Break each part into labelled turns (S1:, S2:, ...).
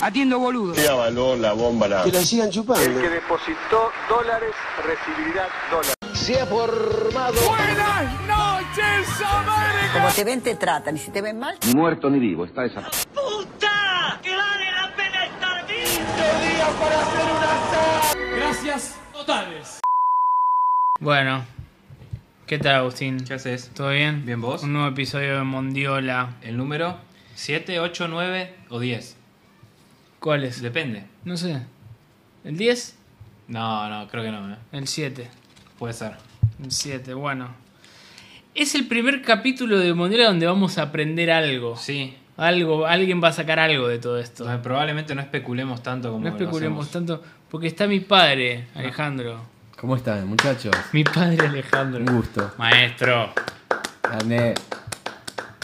S1: Atiendo boludo.
S2: Se avaló la bomba. La...
S3: Que la sigan
S4: El que
S3: chupando.
S4: depositó dólares recibirá dólares.
S3: Se ha formado.
S5: Como te ven, te tratan. Y si te ven mal,
S6: Ni muerto ni vivo, está esa.
S7: ¡Puta! ¡Que vale la pena estar vivo!
S8: Gracias totales.
S9: Bueno, ¿qué tal, Agustín?
S8: ¿Qué haces?
S9: ¿Todo bien?
S8: Bien, ¿vos?
S9: Un nuevo episodio de Mondiola.
S8: ¿El número? ¿7, 8, 9 o 10?
S9: ¿Cuál es?
S8: Depende.
S9: No sé. ¿El 10?
S8: No, no, creo que no. ¿eh?
S9: El 7.
S8: Puede ser.
S9: El 7, bueno. Es el primer capítulo de Mondiola donde vamos a aprender algo.
S8: Sí.
S9: Algo, alguien va a sacar algo de todo esto.
S8: No, probablemente no especulemos tanto como
S9: No
S8: lo
S9: especulemos
S8: hacemos.
S9: tanto, porque está mi padre, Alejandro.
S10: ¿Cómo están, muchachos? Uh.
S9: Mi padre Alejandro.
S10: Un gusto.
S9: Maestro.
S10: Grande.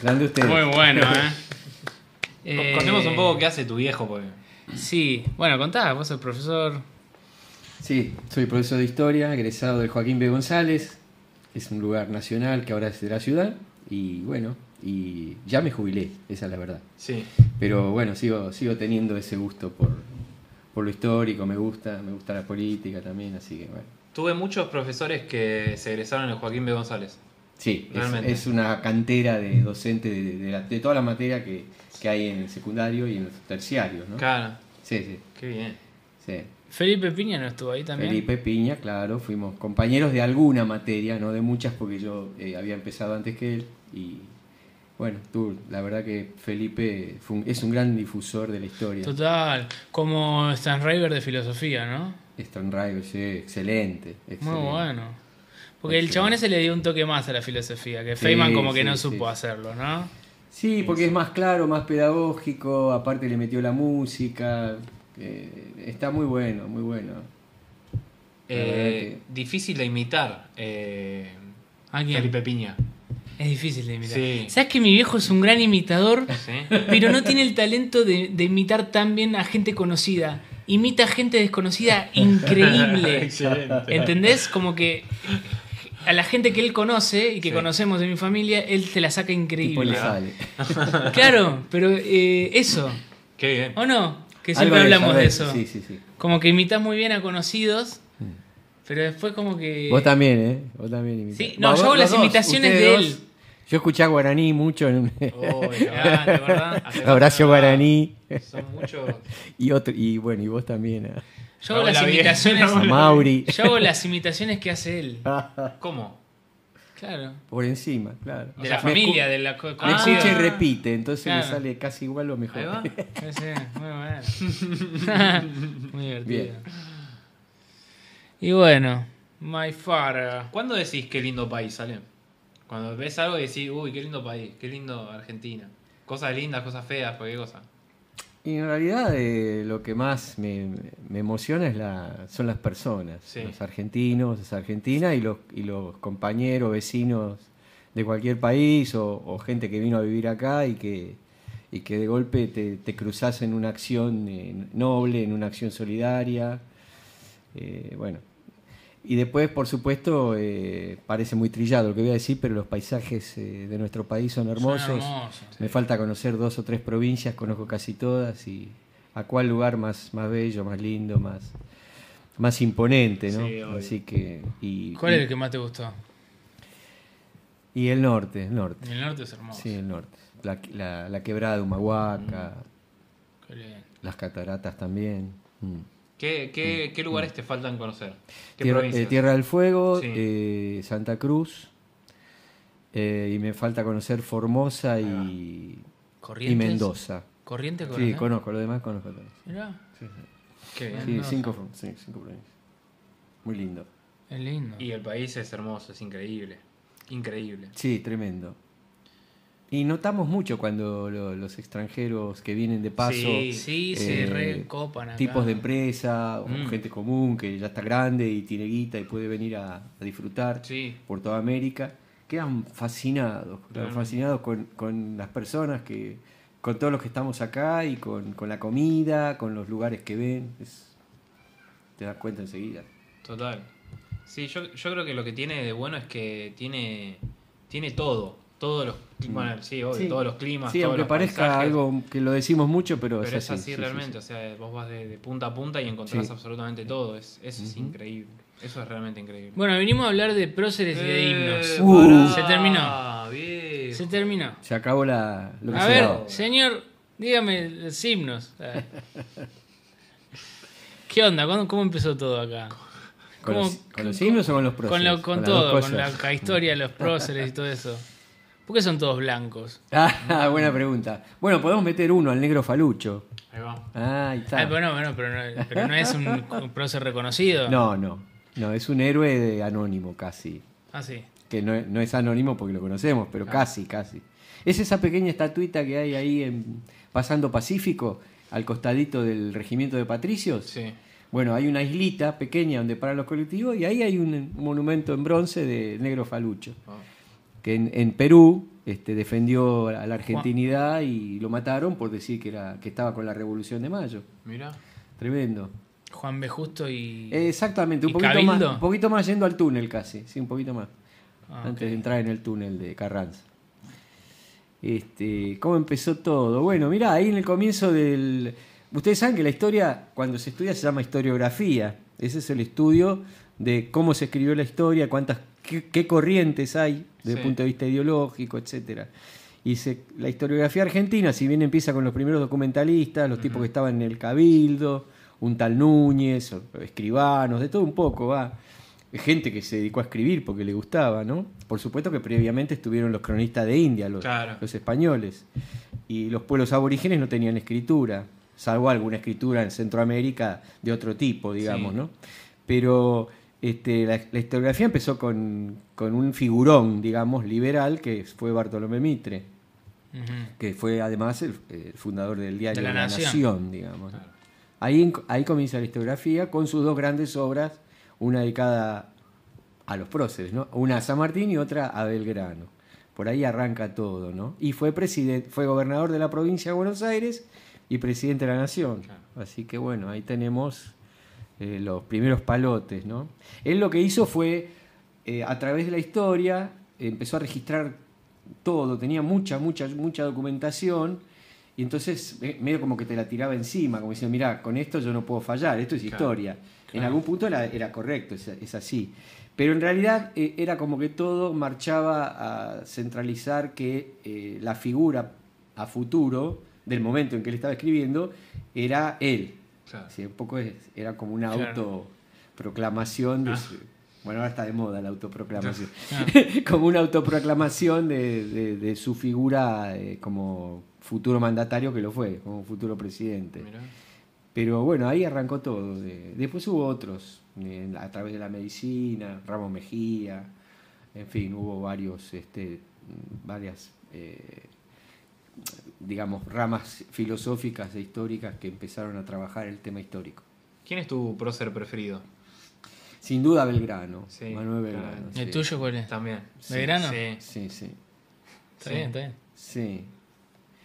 S10: Grande ustedes.
S9: Muy bueno, ¿eh?
S8: Con-
S9: Eh,
S8: Contemos un poco qué hace tu viejo, porque...
S9: Sí, bueno, contá, vos sos profesor.
S10: Sí, soy profesor de historia, egresado de Joaquín B. González. Es un lugar nacional que ahora es de la ciudad. Y bueno, y ya me jubilé, esa es la verdad.
S8: Sí.
S10: Pero bueno, sigo, sigo teniendo ese gusto por, por lo histórico, me gusta, me gusta la política también, así que bueno.
S8: Tuve muchos profesores que se egresaron en Joaquín B. González.
S10: Sí, es,
S8: Realmente.
S10: es una cantera de docentes de, de, la- de toda la materia que, que hay en el secundario y en los terciarios, ¿no?
S8: Claro.
S10: Sí, sí,
S8: Qué bien.
S10: sí.
S9: Felipe Piña no estuvo ahí también.
S10: Felipe Piña, claro, fuimos compañeros de alguna materia, no de muchas, porque yo eh, había empezado antes que él. Y bueno, tú, la verdad que Felipe fue un- es un gran difusor de la historia.
S9: Total, como Stan River de filosofía, ¿no?
S10: Stone sí, excelente, excelente.
S9: Muy bueno. Porque el
S10: Excelente.
S9: chabón ese le dio un toque más a la filosofía, que
S10: Sí,
S9: Feynman como que
S10: sí,
S9: no
S10: sí,
S9: supo
S10: sí.
S9: hacerlo, ¿no?
S10: Sí, porque es más claro, más pedagógico, aparte le metió la música. eh, está muy bueno, muy bueno.
S8: Eh,
S10: verdad
S8: Difícil de imitar. Eh,
S9: ¿A quién?
S8: Felipe Piña.
S9: Es difícil de imitar.
S8: Sí.
S9: ¿Sabes que mi viejo es un gran imitador?
S8: Sí.
S9: Pero no tiene el talento de, de imitar tan bien a gente conocida. Imita gente desconocida increíble.
S8: Excelente.
S9: ¿Entendés? Como que a la gente que él conoce y que
S8: Sí.
S9: conocemos de mi familia, él te la saca
S10: Tipo le
S9: increíble.
S10: sale.
S9: Claro, pero eh, eso.
S8: Qué bien.
S9: ¿O no? Que
S10: Algo
S9: siempre
S10: es,
S9: hablamos
S10: algo
S9: de
S10: es,
S9: eso.
S10: Sí, sí, sí.
S9: Como que imitas muy bien a conocidos, pero después como que...
S10: Vos también, ¿eh? Vos también imitás.
S9: Sí, no,
S10: Va,
S9: yo
S10: vos-
S9: hago
S10: los
S9: las
S10: dos,
S9: imitaciones
S10: ustedes
S9: de
S10: dos.
S9: él.
S10: Yo escuché a Guaraní mucho, en un-
S8: Oh,
S9: Ah, ¿de verdad?
S8: Acá-
S10: Horacio Guaraní
S8: Son muchos.
S10: y otro y bueno, y vos también. ¿eh?
S9: Yo hago
S8: Hola,
S9: las
S8: bien.
S9: imitaciones...
S10: A Mauri
S9: eh,
S10: Ah.
S9: Yo hago las imitaciones que hace él.
S8: ¿Cómo?
S9: Claro.
S10: por encima, claro.
S9: De
S10: O sea,
S9: la
S10: me
S9: familia,
S10: escu-
S9: de la co-
S10: Me
S9: conocida.
S10: escucha y repite, entonces
S9: Claro.
S10: le sale casi igual o
S8: Ahí va.
S10: mejor.
S9: Sí, sí, muy bueno. muy divertido.
S10: Bien.
S9: Y bueno, My Father.
S8: ¿Cuándo decís qué lindo país sale? Cuando ves algo y decís, uy, qué lindo país, qué lindo Argentina. Cosas lindas, cosas feas, cualquier cosa.
S10: Y en realidad eh, lo que más me, me emociona es la, son las personas,
S8: Sí.
S10: los argentinos, las argentinas y los, y los compañeros, vecinos de cualquier país o, o gente que vino a vivir acá y que, y que de golpe te, te cruzas en una acción eh, noble, en una acción solidaria. Eh, bueno, y después, por supuesto, eh, parece muy trillado lo que voy a decir, pero los paisajes eh, de nuestro país son hermosos.
S9: hermosos,
S10: Me falta conocer dos o tres provincias, conozco casi todas y a cuál lugar más, más bello, más lindo, más, más imponente, ¿no?
S8: Sí, obvio.
S10: Así que y,
S9: ¿Cuál es el
S10: y-
S9: que más te gustó?
S10: y el norte, el norte.
S9: El norte es hermoso.
S10: Sí, el norte. La, la- la quebrada de Humahuaca,
S8: Mm.
S9: Qué lindo.
S10: las cataratas también. Mm.
S8: ¿Qué, qué, qué lugares te faltan conocer? ¿Qué
S10: Tierra, eh,
S8: provincias?
S10: Tierra del Fuego,
S8: Sí.
S10: eh, Santa Cruz, eh, y me falta conocer Formosa y, y
S9: Corrientes.
S10: Mendoza.
S9: Corriente con
S10: Sí, conozco, lo demás conozco también.
S9: Mirá,
S8: Qué bien.
S10: Sí,
S9: Mendoza.
S10: cinco, for- sí, cinco provincias. Muy lindo.
S9: es lindo.
S8: Y el país es hermoso, es increíble. Increíble.
S10: Sí, tremendo. Y notamos mucho cuando lo- los extranjeros que vienen de paso, eh,
S8: Sí,
S9: sí, se recopan acá.
S10: tipos de empresa o
S8: Mm.
S10: gente común que ya está grande y tiene guita y puede venir a, a disfrutar
S8: Sí.
S10: por toda América, quedan fascinados, quedan
S8: Realmente.
S10: fascinados con, con las personas que, con todos los que estamos acá y con, con la comida, con los lugares que ven. Es- te das cuenta enseguida.
S8: Total. Sí, yo, yo creo que lo que tiene de bueno es que tiene, tiene todo. Todos los bueno, sí, obvio,
S9: Sí.
S8: todos los climas.
S10: Mm. Sí,
S8: todos
S10: aunque
S8: los
S10: parezca
S8: paisajes,
S10: algo que lo decimos mucho, pero,
S8: Pero es así
S10: sí, sí, sí.
S8: realmente, o sea, vos vas de, de punta a punta y encontrás
S10: Sí.
S8: absolutamente todo. Es, eso es increíble. Eso es realmente increíble.
S9: Bueno, venimos a hablar de próceres y de himnos.
S8: Eh,
S10: Uh.
S8: pará,
S9: Se terminó.
S8: viejo.
S9: Se terminó.
S10: Se acabó la, lo que
S9: A
S10: se
S9: ver,
S10: daba.
S9: señor, dígame los himnos. Ah. ¿Qué onda? ¿Cuándo- ¿Cómo empezó todo acá?
S10: ¿Con
S9: ¿Cómo-
S10: los, con los himnos o con los próceres?
S9: Con, lo- con
S10: las dos
S9: todo, con la
S10: cosas.
S9: ca- historia de los próceres y todo eso. ¿Por qué son todos blancos?
S10: Ah, buena pregunta. Bueno, podemos meter uno al negro falucho.
S8: Ahí va.
S10: Ah, ahí está.
S9: Ah, pero no, bueno, pero no, pero no es un, un prócer reconocido.
S10: No, no. No, es un héroe de anónimo casi.
S9: Ah, sí.
S10: Que no, no es anónimo porque lo conocemos,
S9: Ah.
S10: pero casi, casi. Es esa pequeña estatuita que hay ahí en, pasando Pacífico, al costadito del regimiento de patricios.
S8: Sí.
S10: Bueno, hay una islita pequeña donde paran los colectivos y ahí hay un monumento en bronce de Negro Falucho,
S8: Ah.
S10: que en, en Perú este, defendió a la argentinidad y lo mataron por decir que, era, que estaba con la Revolución de Mayo.
S8: Mira.
S10: Tremendo.
S9: Juan B. Justo y.
S10: Eh, Exactamente, un
S9: ¿Y
S10: poquito,
S9: Cabildo?
S10: más, un poquito más yendo al túnel casi, sí, un poquito más,
S9: Ah,
S10: antes de entrar en el túnel de Carranza. Este, ¿Cómo empezó todo? Bueno, mirá, ahí en el comienzo del... Ustedes saben que la historia, cuando se estudia, se llama historiografía. Ese es el estudio de cómo se escribió la historia, cuántas, qué, qué corrientes hay
S8: Sí.
S10: desde el punto de vista ideológico, etcétera. Y se- la historiografía argentina, si bien empieza con los primeros documentalistas, los tipos que estaban en el Cabildo, un tal Núñez, o- o escribanos, de todo un poco, va. Gente que se dedicó a escribir porque le gustaba, ¿no? Por supuesto que previamente estuvieron los cronistas de India, los,
S8: Claro.
S10: los españoles. Y los pueblos aborígenes no tenían escritura, salvo alguna escritura en Centroamérica de otro tipo, digamos,
S8: Sí.
S10: ¿no? Pero este, la, la historiografía empezó con, con un figurón, digamos, liberal, que fue Bartolomé Mitre,
S9: ujú.
S10: que fue además el, el fundador del diario
S9: De
S10: La,
S9: la
S10: Nación,
S9: Nación.
S10: digamos. ¿no? Ahí, en- ahí comienza la historiografía con sus dos grandes obras, una dedicada a los próceres, ¿no? Una a San Martín y otra a Belgrano. Por ahí arranca todo, ¿no? Y fue presidente, fue gobernador de la provincia de Buenos Aires y presidente de la nación. Así que bueno, ahí tenemos eh, los primeros palotes, ¿no? Él lo que hizo fue, eh, a través de la historia, empezó a registrar todo, tenía mucha, mucha, mucha documentación, y entonces eh, medio como que te la tiraba encima, como diciendo, mira, con esto yo no puedo fallar, esto es
S8: Claro,
S10: historia. En algún punto era, era correcto, es, es así. Pero en realidad eh, era como que todo marchaba a centralizar que eh, la figura a futuro, del momento en que él estaba escribiendo, era él.
S8: Claro.
S10: Sí, un poco es- era como una
S9: Claro.
S10: autoproclamación. de
S8: Ah.
S10: su- bueno, ahora está de moda la autoproclamación. como una autoproclamación de, de- de su figura eh, como futuro mandatario que lo fue, como futuro presidente.
S8: Mirá.
S10: Pero bueno, ahí arrancó todo. Eh, Después hubo otros, eh, a través de la medicina, Ramos Mejía, en fin, hubo varios, este, varias, eh, digamos, ramas filosóficas e históricas que empezaron a trabajar el tema histórico.
S8: ¿Quién es tu prócer preferido?
S10: Sin duda Belgrano,
S8: Sí,
S10: Manuel
S8: claro.
S10: Belgrano.
S9: ¿El
S10: sí.
S9: tuyo cuál es?
S8: También.
S9: ¿Belgrano?
S8: Sí.
S10: Sí, sí,
S9: Está bien, está bien.
S10: sí.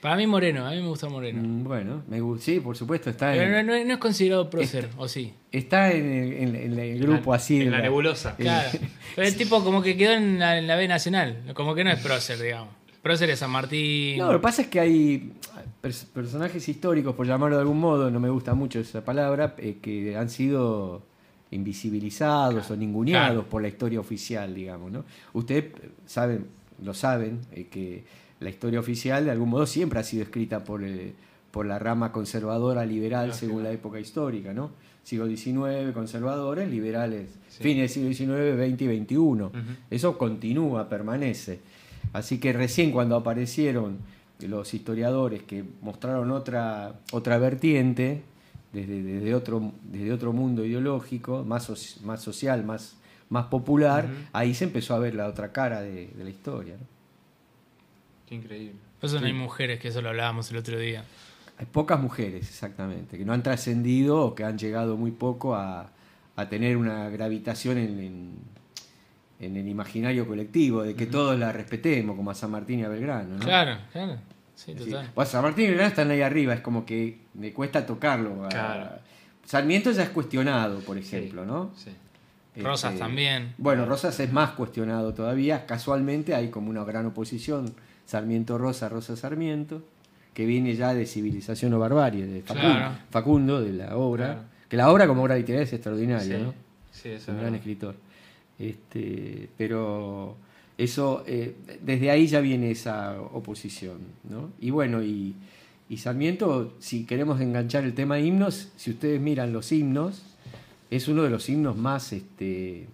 S9: Para mí, Moreno, a mí me gusta Moreno.
S10: Mm, Bueno, me gu- sí, por supuesto, está
S9: Pero no,
S10: en,
S9: no- no es considerado prócer, ¿o sí?
S10: está en, el- en- en el grupo
S8: La- En
S10: así. de
S8: la,
S10: la- Eh.
S8: nebulosa.
S9: Claro. Pero el tipo como que quedó en la, en la B nacional. Como que no es prócer, digamos. Prócer es San Martín.
S10: No, lo que pasa es que hay ah, pers- personajes históricos, por llamarlo de algún modo, no me gusta mucho esa palabra, eh, que han sido invisibilizados o ninguneados
S9: claro.
S10: por la historia oficial, digamos, ¿no? Ustedes eh, saben, lo saben, eh, que la historia oficial de algún modo siempre ha sido escrita por, eh, por la rama conservadora liberal
S9: Ah,
S10: según la época histórica, ¿no? Siglo XIX, conservadores, liberales,
S8: Sí.
S10: fines del siglo XIX, XX y XXI. Eso continúa, permanece. Así que recién cuando aparecieron los historiadores que mostraron otra, otra vertiente, desde, desde otro, desde otro mundo ideológico, más, soci- más social, más, más popular, ahí se empezó a ver la otra cara de, de la historia. ¿no?
S8: Qué increíble.
S9: Por eso no hay mujeres, que eso lo hablábamos el otro día.
S10: Hay pocas mujeres, exactamente, que no han trascendido o que han llegado muy poco a, a tener una gravitación en, en- en el imaginario colectivo, de que todos la respetemos, como a San Martín y a Belgrano. ¿no?
S9: Claro, claro. Sí,
S10: Sí.
S9: total.
S10: Bueno, San Martín y Belgrano están ahí arriba, es como que me cuesta tocarlo. Ah, a-
S8: Claro.
S10: Sarmiento ya es cuestionado, por ejemplo, ¿no? Este,
S8: Sí.
S9: Rosas también.
S10: Bueno, Rosas es más cuestionado todavía. Casualmente hay como una gran oposición. Sarmiento Rosa, Rosa Sarmiento, que viene ya de Civilización o Barbarie, de Facundo,
S9: Claro.
S10: Facundo, de la obra.
S8: Claro.
S10: Que la obra como obra literaria es extraordinaria,
S8: Sí,
S10: ¿no?
S8: sí, eso
S10: un
S8: es
S10: gran
S8: verdad.
S10: escritor. Este, pero eso, eh, desde ahí ya viene esa oposición, ¿no? Y bueno, y, y Sarmiento, si queremos enganchar el tema de himnos, si ustedes miran los himnos, es uno de los himnos más, este,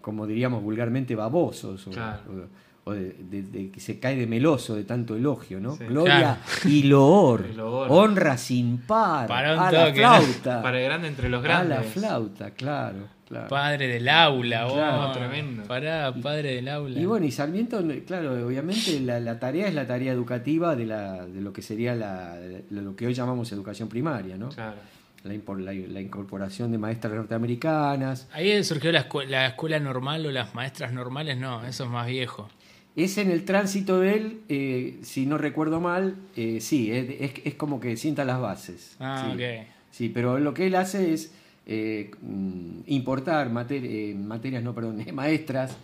S10: como diríamos vulgarmente, babosos, o,
S8: Claro.
S10: o- o de, de- de que se cae de meloso de tanto elogio, ¿no?
S8: Sí.
S10: Gloria y loor,
S8: Y loor.
S10: honra sin par,
S9: Para un
S10: a la
S9: toque, ¿no?
S10: flauta,
S8: Para el grande entre los
S10: a
S8: grandes.
S10: Ah, la flauta, claro, claro.
S9: Padre del aula, oh,
S10: Claro,
S8: tremendo.
S9: Pará, padre del aula.
S10: Y bueno, y Sarmiento, claro, obviamente la, la tarea es la tarea educativa de, la, de lo que sería la, de lo que hoy llamamos educación primaria, ¿no?
S8: Claro.
S10: La, impor- la- la incorporación de maestras norteamericanas.
S9: Ahí surgió la, escu- la escuela normal o las maestras normales, no, eso es más viejo.
S10: Es en el tránsito de él, eh, si no recuerdo mal, eh, sí, es, es- es como que sienta las bases.
S9: Ah,
S10: sí.
S9: ok.
S10: Sí, pero lo que él hace es eh, mm, importar mater- eh, materias, no, perdón, maestras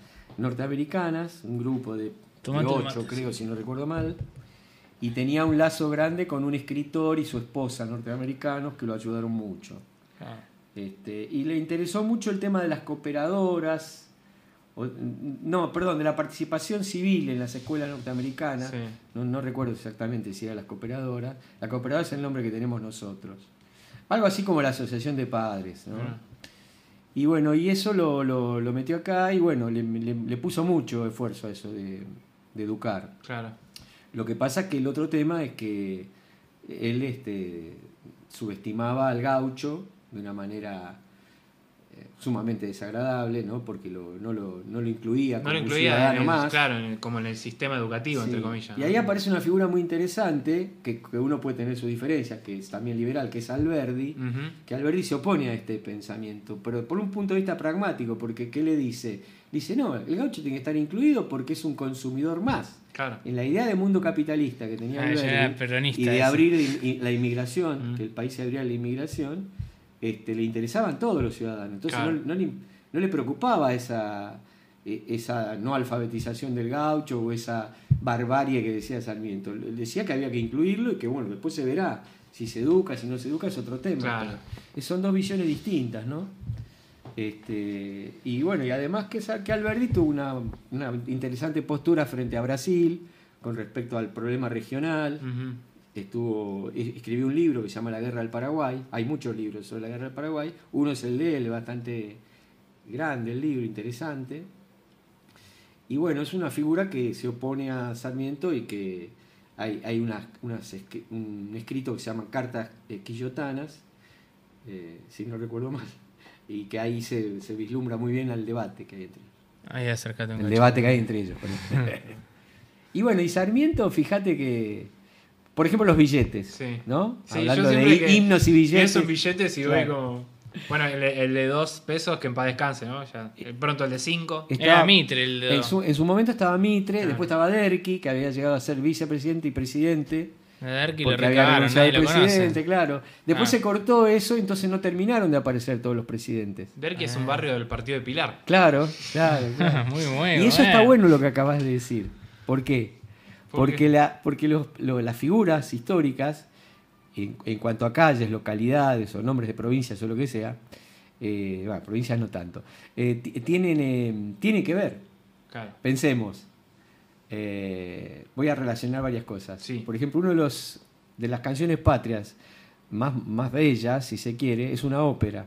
S10: norteamericanas, un grupo de, de
S9: Tomate
S10: ocho,
S9: mate,
S10: creo, si no recuerdo mal, y tenía un lazo grande con un escritor y su esposa norteamericanos que lo ayudaron mucho.
S9: Ah.
S10: Este, y le interesó mucho el tema de las cooperadoras, o- no, perdón, de la participación civil en las escuelas norteamericanas.
S8: Sí.
S10: No, no recuerdo exactamente si era las cooperadoras. La cooperadora es el nombre que tenemos nosotros. Algo así como la asociación de padres. ¿no?
S8: Ah.
S10: Y bueno, y eso lo, lo- lo metió acá y bueno, le, le- le puso mucho esfuerzo a eso de, de educar.
S8: Claro.
S10: Lo que pasa es que el otro tema es que él este, subestimaba al gaucho de una manera eh, sumamente desagradable, ¿no? Porque lo- no, lo, no lo incluía
S8: No
S10: como
S8: lo
S10: un
S8: incluía
S10: ciudadano
S8: en el-
S10: más.
S8: claro, en el- como en el sistema educativo,
S10: Sí.
S8: entre comillas.
S10: Y
S8: ¿no?
S10: ahí aparece una figura muy interesante, que, que uno puede tener sus diferencias, que es también liberal, que es Alberdi,
S8: Ujú.
S10: que Alberdi se opone a este pensamiento, pero por un punto de vista pragmático, porque ¿qué le dice? Dice, no, el gaucho tiene que estar incluido porque es un consumidor más.
S8: Claro.
S10: En la idea de mundo capitalista que tenía
S9: Ah,
S10: Alberdi,
S9: ya era peronista
S10: y de
S9: ese.
S10: abrir in- in- la inmigración,
S8: Mm.
S10: que el país se abría a la inmigración, este, le interesaban todos los ciudadanos. Entonces
S8: Claro.
S10: no, no le, no le preocupaba esa, e- esa no alfabetización del gaucho o esa barbarie que decía Sarmiento. Él Decía que había que incluirlo y que bueno, después se verá. Si se educa, si no se educa, es otro tema.
S8: Claro.
S10: Pero Son dos visiones distintas, ¿no? Este, y bueno, y además que, sa- que Alberti tuvo una, una interesante postura frente a Brasil con respecto al problema regional.
S8: Ujú.
S10: Estuvo, es- escribió un libro que se llama La Guerra del Paraguay. Hay muchos libros sobre la Guerra del Paraguay. Uno es el de él, bastante grande el libro, interesante. Y bueno, es una figura que se opone a Sarmiento y que hay, hay unas, unas escri- un escrito que se llama Cartas eh, Quillotanas, eh, si no recuerdo mal, y que ahí se, se vislumbra muy bien al debate que hay entre
S9: Ahí acércate un
S10: el
S9: cacho.
S10: debate que hay entre ellos. y bueno, y Sarmiento, fíjate que. Por ejemplo, los billetes.
S8: Sí.
S10: ¿No?
S8: Sí,
S10: Hablando
S8: yo
S10: de
S8: siempre que-
S10: himnos y billetes.
S8: Pienso en billetes y voy
S10: Claro.
S8: como. Bueno, el, el de dos pesos que en paz descanse, ¿no? Ya. Eh, Pronto el de cinco.
S9: Era Mitre Ah. el de
S10: En su, en su momento estaba Mitre, después estaba Derqui, que había llegado a ser vicepresidente y presidente.
S9: de Darky lo
S10: Porque había
S9: recagaron,
S10: renunciado
S9: nadie
S10: al
S9: lo
S10: presidente,
S9: conoce.
S10: claro. Después
S9: Ah.
S10: se cortó eso, entonces no terminaron de aparecer todos los presidentes.
S8: Ver que es
S9: Ah.
S8: un barrio del partido de Pilar.
S10: Claro, claro, claro.
S9: Muy bueno.
S10: Y eso está
S9: eh.
S10: bueno lo que acabas de decir. ¿Por qué?
S8: ¿Por
S10: Porque,
S8: qué?
S10: la- porque los- lo- las figuras históricas, en, en cuanto a calles, localidades o nombres de provincias o lo que sea, eh, bueno, provincias no tanto, eh, ti- tienen, eh, tienen que ver.
S8: Claro.
S10: Pensemos, eh, voy a relacionar varias cosas.
S8: Sí.
S10: Por ejemplo, uno de, los, de las canciones patrias más, más bellas, si se quiere, es una ópera,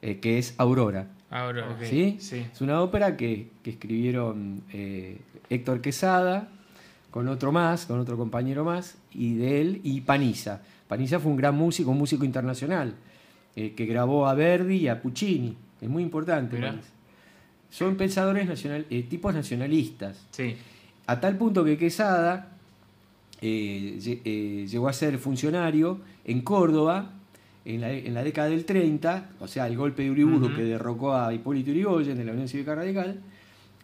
S10: eh, que es Aurora.
S9: Ahora,
S8: Ok.
S10: ¿Sí?
S8: sí.
S10: Es una ópera que, que escribieron eh, Héctor Quesada con otro más, con otro compañero más, y de él, y Paniza. Paniza fue un gran músico, un músico internacional, eh, que grabó a Verdi y a Puccini. Es muy importante.
S8: Mirá.
S10: Paniza. Son pensadores nacional, eh, tipos nacionalistas.
S8: Sí.
S10: A tal punto que Quesada eh, lle- eh, llegó a ser funcionario en Córdoba en la, en la década del 30, o sea, el golpe de Uriburu
S8: Ujú.
S10: que derrocó a Hipólito Yrigoyen de la Unión Cívica Radical,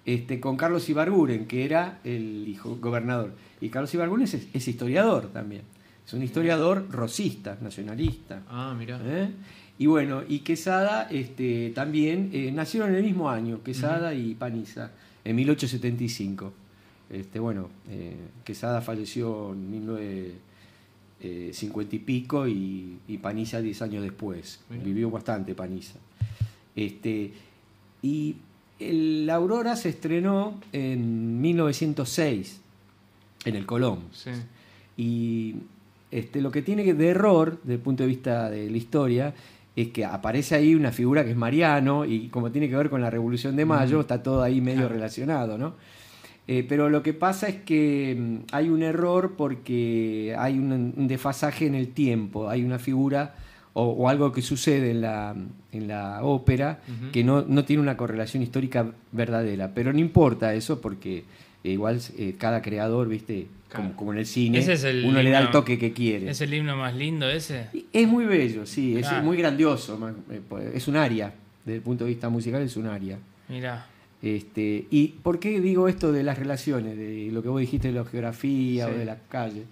S10: este, con Carlos Ibarguren, que era el hijo gobernador. Y Carlos Ibarguren es, es historiador también. Es un historiador rosista, nacionalista.
S8: Ah, mirá.
S10: ¿Eh? Y bueno, y Quesada este, también eh, nacieron en el mismo año, Quesada y Paniza, en 1875. Este, bueno, eh, Quesada falleció en 1950 y pico y, y Paniza 10 años después.
S8: Mirá.
S10: Vivió bastante Paniza. Este, y el- La Aurora se estrenó en 1906 en el Colón.
S8: Sí.
S10: Y este, lo que tiene de error, desde el punto de vista de la historia, es que aparece ahí una figura que es Mariano, y como tiene que ver con la Revolución de Mayo, está todo ahí medio relacionado, ¿no? Eh, pero lo que pasa es que mm, hay un error porque hay un, un desfasaje en el tiempo, hay una figura o, o algo que sucede en la, en la ópera
S8: Ujú.
S10: que no, no tiene una correlación histórica verdadera, pero no importa eso porque eh, igual eh, cada creador, viste,
S8: Claro.
S10: como, como en el cine,
S9: Ese es el
S10: uno le da el
S9: himno-
S10: toque que quiere.
S9: ¿Es el himno más lindo ese?
S10: Y Es muy bello, sí, es
S9: Claro.
S10: muy grandioso, ma- eh, po- es un área, desde el punto de vista musical es un área.
S9: Mirá.
S10: Este, ¿Y por qué digo esto de las relaciones, de lo que vos dijiste de la geografía
S8: Sí.
S10: o de las calles?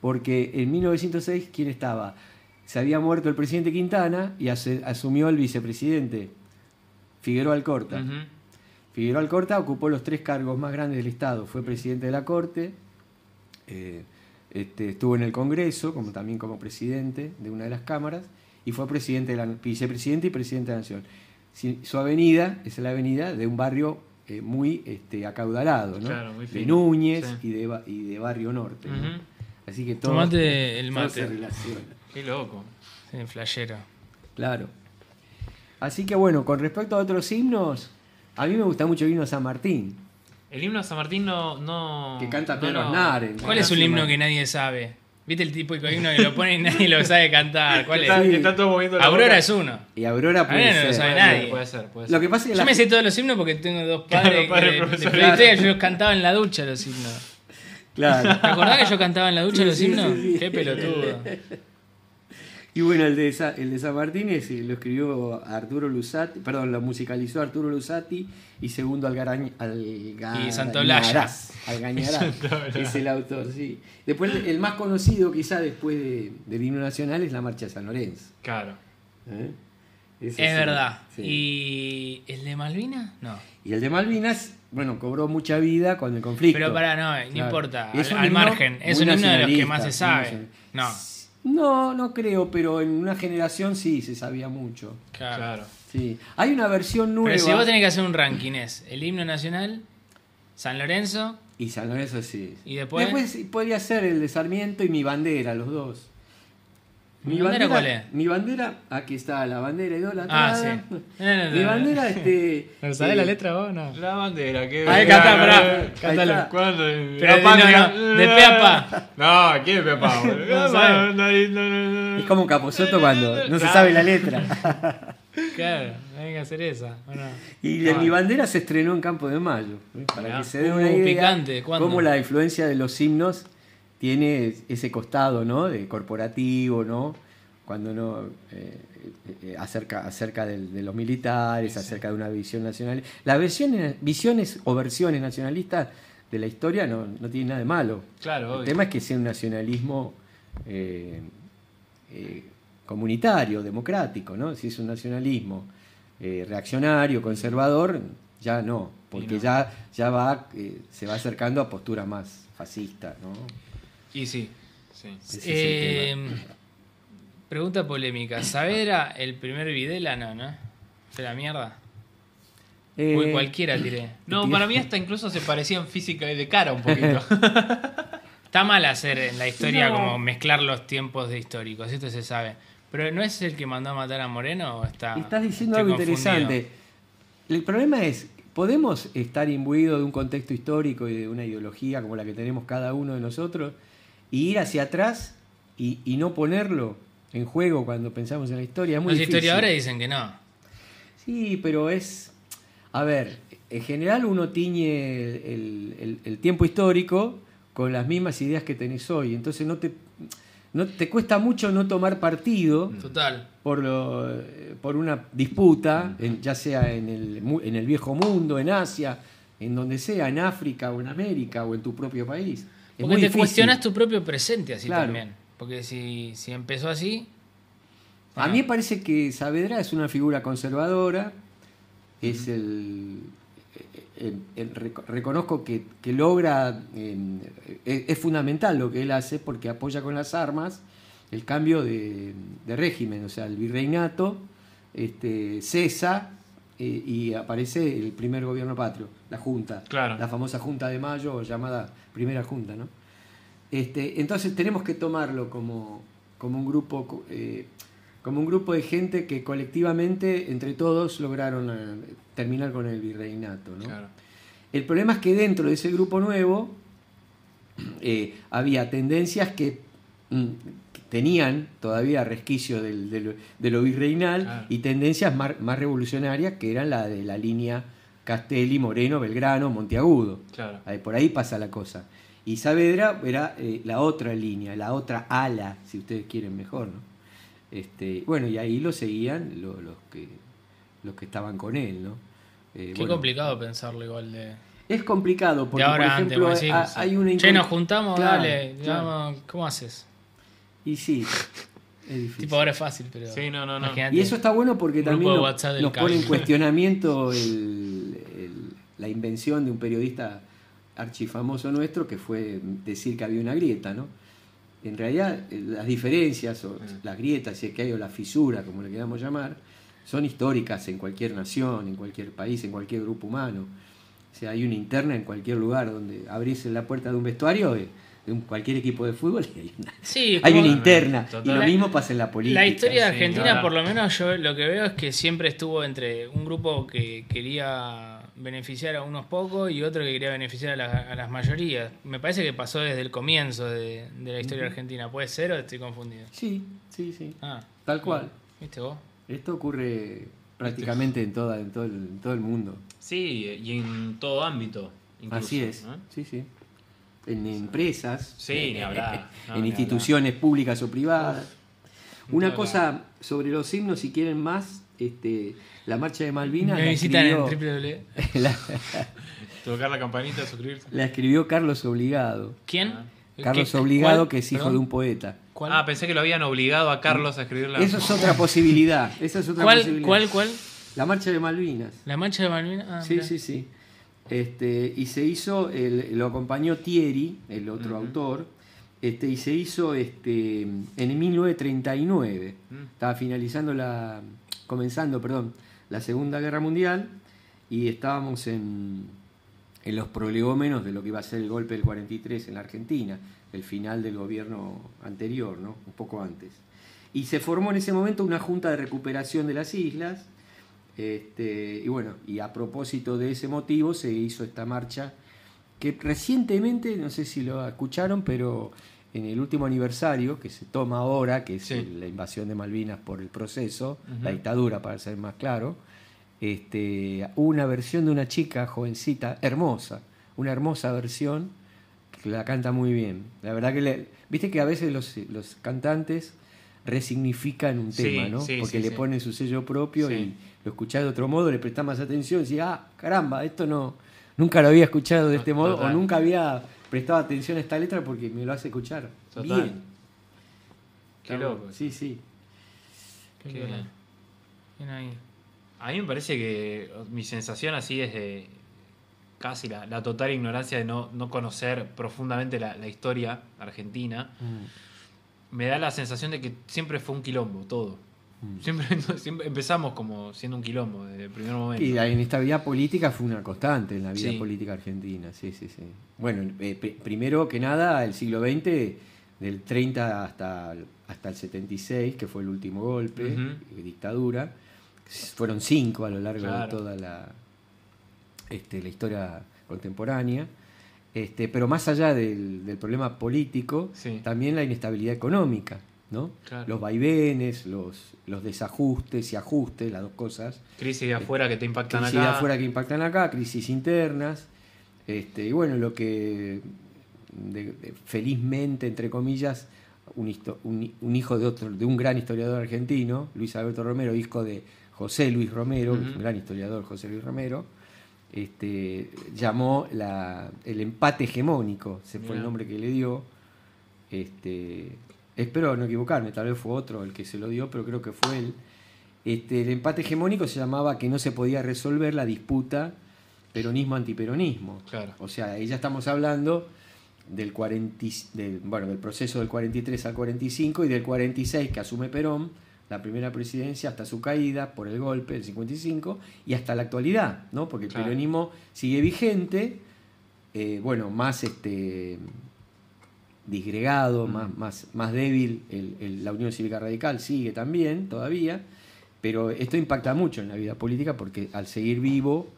S10: Porque en 1906, ¿quién estaba? Se había muerto el presidente Quintana y ase- asumió el vicepresidente, Figueroa Alcorta.
S8: Ujú.
S10: Figueroa Alcorta ocupó los tres cargos más grandes del Estado. Fue presidente de la Corte, eh, este, estuvo en el Congreso, como también como presidente de una de las cámaras, y fue presidente de la, vicepresidente y presidente de la Nación. Si- su avenida es la avenida de un barrio eh, muy este, acaudalado, ¿no?
S8: Claro, muy
S10: de
S8: fino,
S10: Núñez
S8: sí.
S10: y, de, ba- y de Barrio Norte. ¿no?
S8: Ujú.
S10: Así que todo,
S9: Tomate el
S10: todo
S9: mate.
S10: se relaciona.
S8: Qué loco.
S9: Sí, flashero.
S10: Claro. Así que bueno, con respecto a otros himnos, a mí me gusta mucho el himno de San Martín.
S8: El himno a San Martín no. no
S10: Que canta
S8: no
S10: Pedro
S8: lo-
S10: Aznar en-
S9: ¿Cuál es un himno que nadie sabe? ¿Viste el típico himno que lo ponen y nadie lo sabe cantar? ¿Cuál
S8: Está-
S9: es?
S10: Sí.
S8: que está todo moviendo la
S9: Aurora
S8: boca.
S9: es uno.
S10: Y Aurora
S9: Ah,
S10: puede
S9: no, no
S10: ser.
S9: sabe
S8: Puede
S9: nadie.
S8: ser, Puede ser, puede ser.
S10: Lo que pasa es que
S9: Yo
S10: la-
S9: me sé todos los himnos porque tengo dos padres
S8: Claro, padre,
S9: que- de
S8: profesor.
S9: periodistas que yo cantaba en la ducha los himnos. ¿Te
S10: Claro.
S9: acordás que yo cantaba en la ducha los
S10: sí,
S9: himnos?
S10: sí, sí.
S9: Qué pelotudo.
S10: Y bueno, el de, Sa- el de San Martín ese lo escribió Arturo Lusati, perdón, lo musicalizó Arturo Lusati y segundo Algarañ, Alga-
S9: Y Santolaya.
S10: Algañarás, Algañarás. es el autor, sí. Después, el más conocido quizá después de- del himno nacional es la Marcha de San Lorenzo.
S8: Claro.
S10: ¿eh?
S9: Es
S10: Ese sí,
S9: verdad.
S10: sí.
S9: ¿Y el de Malvinas? No.
S10: Y el de Malvinas, bueno, cobró mucha vida con el conflicto.
S9: Pero pará, no, no
S10: Claro.
S9: importa.
S10: Y es
S9: al
S10: un
S9: al
S10: himno
S9: margen. Es
S10: muy
S9: un himno de los que
S10: nacionalista,
S9: más se
S10: muy
S9: sabe.
S10: nacional-
S9: No,
S10: No, no creo, pero en una generación sí se sabía mucho.
S9: claro.
S8: Claro.
S10: Sí. Hay una versión nueva.
S9: Pero si vos tenés que hacer un ranking es el himno nacional, San Lorenzo,
S10: Y San Lorenzo sí.
S9: ¿Y después?
S10: podría ser el de Sarmiento y mi bandera, los dos.
S9: ¿Mi bandera cuál es?
S10: Mi bandera, aquí está la bandera idolatrada.
S9: Ah, sí. No, no, no,
S10: mi
S9: no.
S10: bandera, este. eh,
S9: vos? No.
S8: La bandera, que.
S9: Ahí cantá,
S8: Ah,
S9: pará.
S8: eh,
S10: Cántalo.
S8: ahí está. ¿Cuándo?
S9: Pero
S8: La
S9: de-
S8: patria.
S9: no, no, de pe a pa.
S8: No, ¿quién es pe a pa, boludo?
S9: No sabe.
S10: Es como Caposoto cuando no se sabe la letra.
S9: Claro, no hay que hacer esa. Bueno.
S10: Y de mi bandera se estrenó en Campo de Mayo. ¿eh? Para
S9: Mirá.
S10: que se den
S9: Uh,
S10: una idea
S9: picante, ¿cuándo?
S10: cómo la influencia de los himnos tiene ese costado, ¿no? De corporativo, ¿no? Cuando no eh, eh, acerca, acerca del- de los militares, acerca de una visión nacional. Las visiones, visiones o versiones nacionalistas de la historia no, no tienen nada de malo.
S8: Claro,
S10: El
S8: obvio.
S10: tema es que sea un nacionalismo eh, eh, comunitario, democrático, ¿no? Si es un nacionalismo eh, reaccionario, conservador, ya no, porque
S8: no.
S10: ya, ya va, eh, se va acercando a posturas más fascistas, ¿no?
S8: Y sí. sí.
S10: Ese es el
S9: Eh,
S10: tema.
S9: pregunta polémica. ¿Saavedra el primer Videla? No, ¿no? ¿Fue la mierda? Uy,
S10: Eh,
S9: cualquiera tiré.
S8: No, para mí hasta incluso se parecían física y de cara un poquito.
S9: Está mal hacer en la historia como mezclar los tiempos de históricos, esto se sabe. Pero ¿no es el que mandó a matar a Moreno o está?
S10: Estás diciendo
S9: estoy
S10: algo
S9: confundido?
S10: interesante. El problema es, ¿podemos estar imbuidos de un contexto histórico y de una ideología como la que tenemos cada uno de nosotros y ir hacia atrás y, y no ponerlo en juego cuando pensamos en la historia? Es muy
S9: Los
S10: difícil.
S9: historiadores dicen que no.
S10: Sí, pero es... A ver, en general uno tiñe el, el- el- el tiempo histórico con las mismas ideas que tenés hoy, entonces no te, no, te cuesta mucho no tomar partido
S9: Total.
S10: por, lo- eh, por una disputa, en- ya sea en el, mu- en el viejo mundo, en Asia, en donde sea, en África o en América o en tu propio país. Es
S9: Porque
S10: muy
S9: te
S10: difícil.
S9: cuestionas tu propio presente así
S10: Claro.
S9: también. Porque si, si empezó así,
S10: A mí me parece que Saavedra es una figura conservadora, es el... eh, el- el- reco- reconozco que, que logra, em, es, es fundamental lo que él hace porque apoya con las armas el cambio de, de régimen, o sea, el virreinato este, cesa eh, y aparece el primer gobierno patrio, la Junta,
S8: Claro.
S10: la famosa Junta de Mayo, llamada Primera Junta, ¿no? Este, entonces tenemos que tomarlo como, como un grupo co- eh, como un grupo de gente que colectivamente, entre todos, lograron eh, terminar con el virreinato. ¿no?
S8: Claro.
S10: El problema es que dentro de ese grupo nuevo eh, había tendencias que mm, tenían todavía resquicio del- de, lo, de lo virreinal
S8: Claro.
S10: y tendencias mar- más revolucionarias que eran la de la línea Castelli, Moreno, Belgrano, Monteagudo.
S8: Claro.
S10: Ahí- por ahí pasa la cosa. Y Saavedra era eh, la otra línea, la otra ala, si ustedes quieren mejor, ¿no? Este, bueno, y ahí lo seguían lo- los, que, los que estaban con él, ¿no? Eh,
S9: qué
S10: bueno,
S9: complicado pensarlo igual de...
S10: Es complicado, porque
S9: de ahora
S10: por ejemplo,
S9: antes,
S10: ha- hay una
S9: Che,
S10: incon-
S9: nos juntamos,
S10: Claro,
S9: dale.
S10: claro.
S9: digamos, ¿Cómo haces?
S10: Y sí, es difícil.
S9: Tipo, ahora es fácil, pero.
S8: Sí, no, no, no.
S9: imagínate.
S10: Y eso está bueno porque
S9: Un grupo
S10: también
S9: de
S10: nos-
S9: WhatsApp del
S10: nos pone en
S9: cabildo.
S10: cuestionamiento el- el- la invención de un periodista archifamoso nuestro que fue decir que había una grieta, ¿no? En realidad, eh, las diferencias, o
S9: Mm.
S10: las grietas, si es que hay, o la fisura, como le queramos llamar, son históricas en cualquier nación, en cualquier país, en cualquier grupo humano. O sea, hay una interna en cualquier lugar donde abrís la puerta de un vestuario de, de un- cualquier equipo de fútbol y hay una,
S9: Sí,
S10: hay
S9: como-
S10: una interna. Y lo
S8: Total.
S10: mismo pasa en la política.
S9: La historia de
S8: sí,
S9: Argentina,
S8: claro.
S9: por lo menos yo lo que veo es que siempre estuvo entre un grupo que quería beneficiar a unos pocos y otro que quería beneficiar a, la- a las mayorías. Me parece que pasó desde el comienzo de, de la historia argentina. ¿Puede ser o estoy confundido?
S10: Sí, sí, sí.
S9: Ah,
S10: Tal cual.
S9: ¿viste vos?
S10: Esto ocurre prácticamente en, toda, en, todo, el, en todo el mundo.
S8: Sí, y en todo ámbito. incluso,
S10: Así es.
S8: ¿no?
S10: Sí, sí. En empresas.
S8: Sí, ni hablar. No,
S10: en
S8: ni
S10: instituciones públicas o privadas. Una
S8: todo
S10: cosa sobre los himnos, si quieren más, este, la marcha de Malvinas.
S9: Me
S10: la
S9: visitan en
S10: escribió-
S9: triple
S10: la,
S8: Tocar la campanita, suscribirse.
S10: la escribió Carlos Obligado.
S9: ¿Quién?
S10: Carlos
S9: ¿Qué-
S10: Obligado,
S9: cuál?
S10: que es hijo
S9: Perdón.
S10: de un poeta.
S9: ¿Cuál?
S8: Ah, pensé que lo habían obligado a Carlos a escribir la.
S10: Eso es otra posibilidad. Esa es otra
S9: ¿Cuál,
S10: posibilidad.
S9: cuál, cuál?
S10: La marcha de Malvinas.
S9: ¿La mancha de Malvinas? Ah,
S10: Sí,
S9: mirá.
S10: sí, sí. Este, y se hizo, el- lo acompañó Thierry, el otro autor, este, y se hizo este, en 1939.
S9: Mm.
S10: Estaba finalizando la. comenzando, perdón, la Segunda Guerra Mundial y estábamos en, en los prolegómenos de lo que iba a ser el golpe del 43 en la Argentina, el final del gobierno anterior, ¿no? Un poco antes. Y se formó en ese momento una junta de recuperación de las islas, este, y bueno, y a propósito de ese motivo se hizo esta marcha que recientemente, no sé si lo escucharon, pero en el último aniversario que se toma ahora, que es
S8: Sí.
S10: el- la invasión de Malvinas por el proceso,
S8: Ujú.
S10: la dictadura para ser más claro, este, una versión de una chica jovencita, hermosa, una hermosa versión, que la canta muy bien. La verdad que, le- viste que a veces los, los cantantes resignifican un
S8: Sí,
S10: tema, ¿no?
S8: sí,
S10: Porque
S8: sí,
S10: le
S8: sí.
S10: ponen su sello propio
S8: Sí.
S10: y lo escuchás de otro modo, le prestás más atención, decís, ah, caramba, esto no, nunca lo había escuchado de este modo
S8: Total.
S10: o nunca había prestado atención a esta letra porque me lo hace escuchar.
S8: Total.
S10: Bien.
S8: Qué loco.
S10: Sí, sí.
S9: Qué
S8: Qué
S9: bueno.
S8: bien.
S9: Bien ahí.
S8: A mí me parece que mi sensación así es de casi la, la total ignorancia de no, no conocer profundamente la, la historia argentina. Me da la sensación de que siempre fue un quilombo todo. Siempre, siempre empezamos como siendo un quilombo desde el primer momento.
S10: Mm. Y la inestabilidad política fue una constante en la vida
S8: Sí.
S10: política argentina, sí, sí, sí. Bueno, eh, pri- primero que nada, el siglo XX, del 30 hasta, el- hasta el 76, que fue el último golpe,
S8: Ujú.
S10: eh, dictadura, fueron cinco a lo largo de
S8: Claro.
S10: toda la, este, la historia contemporánea. Este, pero más allá del, del problema político,
S8: Sí.
S10: también la inestabilidad económica, ¿no?
S8: Claro.
S10: Los vaivenes, los, los desajustes y ajustes, las dos cosas,
S8: Crisis de afuera que te impactan
S10: crisis de
S8: acá.
S10: afuera que impactan acá, crisis internas, este, y bueno, lo que de- de- felizmente, entre comillas, un, histo- un- un hijo de otro, de un gran historiador argentino, Luis Alberto Romero, hijo de José Luis Romero, que es un
S8: Ujú.
S10: gran historiador José Luis Romero, este, llamó la, el empate hegemónico, se fue el
S8: Mirá.
S10: nombre que le dio, este, espero no equivocarme, tal vez fue otro el que se lo dio, pero creo que fue él. Este, el empate hegemónico se llamaba que no se podía resolver la disputa peronismo-antiperonismo.
S8: Claro.
S10: O sea, ahí ya estamos hablando del, 40, y- del- bueno, del proceso del 43 al 45 y del 46 que asume Perón, la primera presidencia, hasta su caída por el golpe del 55 y hasta la actualidad, ¿no? Porque el
S8: Claro.
S10: peronismo sigue vigente, eh, bueno, más este disgregado,
S8: Mm.
S10: más, más, más débil, el- el- la Unión Cívica Radical sigue también todavía, pero esto impacta mucho en la vida política porque al seguir vivo